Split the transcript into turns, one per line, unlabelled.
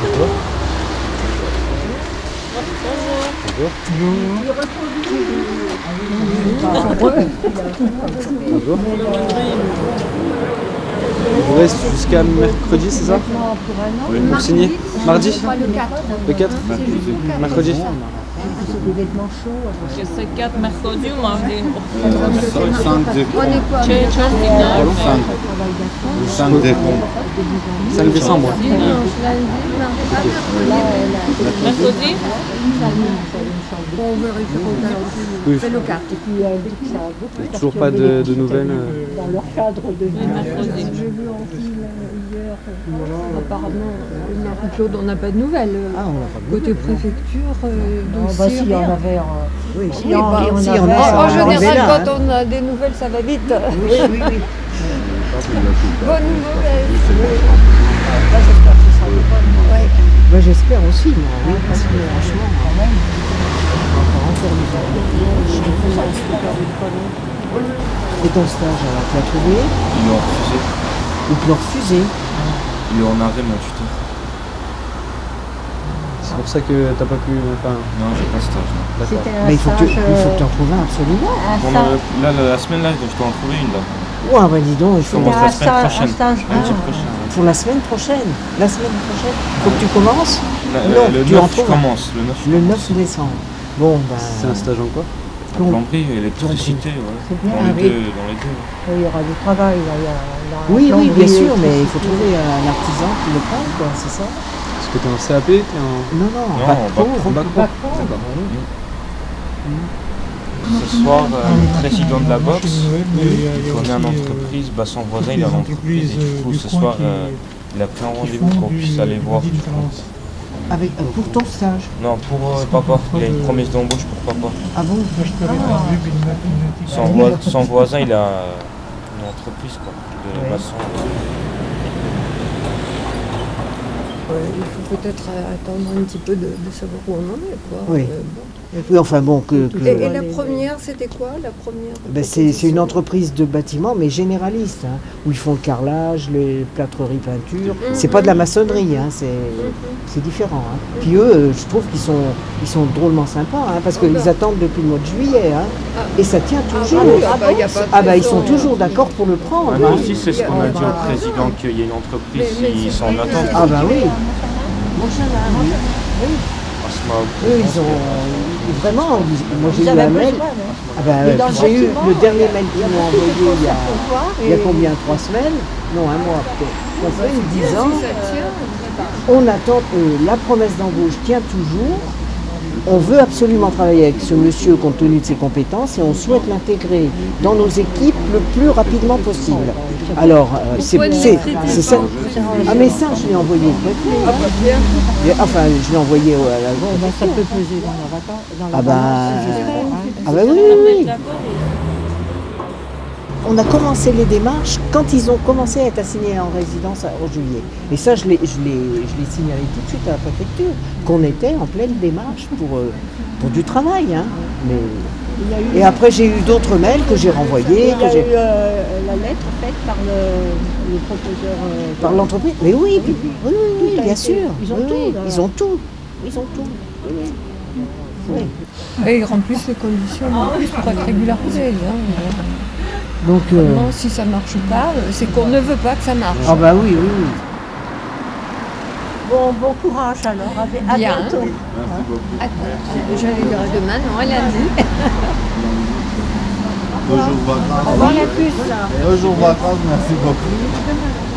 Bonjour. Bonjour. Bonjour. Bonjour. Vous restez jusqu'à mercredi, c'est ça Oui. Vous signez Mardi Le 4 Mercredi
Чи це кят мерходів мав він?
Sandık.
Чи чорний на
Sandık. Sandık.
5 décembre.
мерходів?
Oui.
C'est le cas.
Toujours pas de, de nouvelles euh,
Мерходів.
Apparemment, euh, Marie Claude, on n'a pas de nouvelles. euh,
Ah,
Côté préfecture, euh,
bah,
dossier.
s'il y en
rien.
avait. euh, Oui,
Oui, bah,
en-
on
si
a-
en
en-
a, ça
en
va arriver
général,
là,
quand
hein.
on a des nouvelles, ça va vite.
Oui, oui, oui.
Bonne nouvelle.
Bah, j'espère aussi, moi. Oui, parce que franchement, quand même. Encore encore nous avons- Et ton stage, alors, tu l'as trouvé
Ils l'ont refusé.
ou tu l'as refusé
Il est en arrêt, mon tuteur.
C'est pour ça que t'as pas pu. Enfin,
Non, j'ai pas de stage. non.
d'accord.
Mais il faut que tu il faut que en trouves un absolument.
Bon, euh, là, la, la semaine, là, je dois en trouver une, là.
Ouais, bah dis donc, il
Je
faut
commence la semaine prochaine. Lundi prochain.
pour la semaine prochaine. La semaine prochaine, faut que tu commences
La-
Non,
le
tu en
9, je
trouves.
commence. Le 9, je
le 9 décembre. Bon, bah.
C'est un stage en quoi
donc,
Plomberie et électricité, ouais. Dans les deux, dans les deux.
Il y aura du travail. il y a- il y a- il y a un
Oui, oui,
plombier
bien sûr,
qui-
mais il faut trouver un artisan qui le prend, quoi, c'est ça
Parce que t'es en CAP, t'es en.
Non, non,
Non,
pas
on va
de pro,
prendre
pas
bac
de
pro.
pro.
Ce soir, euh, le président de la boxe, il connaît une entreprise, bah, son voisin il a une entreprise, et du coup ce soir, euh, il a pris un rendez-vous qu'on puisse aller voir. du coup.
Avec, euh, pour ton stage.
Non, pour euh, papa, il a une promesse d'embauche pour papa.
Ah bon
Son, voi- son voisin, il a euh, une entreprise quoi, de maçon.
Euh, il faut peut-être euh, attendre un petit peu de, de savoir où on en est. Quoi.
Oui.
Euh, bon.
Oui, enfin bon, que. que-
Et, et la première, c'était quoi la première
ben, c'est c'est une
proposition
entreprise de bâtiment, mais généraliste, hein, où ils font le carrelage, les plâtreries, peintures.
Mhm.
C'est pas de la maçonnerie, hein, c'est c'est différent. hein. Puis eux, euh, je trouve qu'ils sont, ils sont drôlement sympas, hein, parce
Ah
qu'ils
bah.
attendent depuis le mois de juillet, hein,
Ah.
et ça tient
Ah,
toujours.
oui, ah, bah, il y a pas de
Ah bah ils sont
raison,
toujours
alors.
d'accord pour le prendre.
bah,
Maintenant
oui.
aussi, c'est ce qu'on a dit au président, qu'il y a une entreprise,
Mais- mais
ils
c'est
s'en
pas
attendent.
Ah bah oui.
On se met à-
Eux ils ont vraiment. ils- Moi j'ai eu un mail. Ah bah, euh, j'ai eu le dernier mail qu'ils m'ont envoyé il y a, il y a combien Trois semaines Non, un mois peut-être. Trois semaines, dix ans.
Ça tient.
On attend, euh, la promesse d'embauche tient toujours. On veut absolument travailler avec ce monsieur compte tenu de ses compétences et on souhaite l'intégrer dans nos équipes le plus rapidement possible. Alors, euh, c'est
Pourquoi ne
c'est-
traitez
c'est
pas
ça.
le président
Un message, Ah, je l'ai envoyé au préfet, hein.
Bien.
Et- Enfin, je l'ai envoyé au- à la Ça peut peser dans la Ah bah oui, oui, oui. On a commencé les démarches quand ils ont commencé à être assignés en résidence à- en juillet. Et ça, je l'ai je l'ai- je l'ai signalé tout de suite à la préfecture, qu'on était en pleine démarche pour, euh, pour du travail. hein. Mais-
Il y a eu,
Et après, j'ai eu d'autres mails que j'ai renvoyés,
il y
que
a
j'ai-
eu, euh, la lettre faite par le, le proposeur. euh,
par l'entreprise. Mais oui, oui, oui, oui,
Tout a
bien
été-
sûr.
ils ont
Oui,
tout,
oui,
là.
Ils ont tout. Ils ont tout. Oui, oui. Oui.
Et ils remplissent les conditions hein. de pas de régularité. hein.
Donc, euh,
Vraiment, si ça marche pas, euh, c'est qu'on ne veut pas que ça marche.
ah bah oui, oui, oui.
Bon, bon courage alors.
Ah.
À, à
Bien.
bientôt.
Attends, J'allais dire à demain, non, à lundi.
Bonjour vacances.
Au revoir la puce.
Bonjour vacances, merci beaucoup.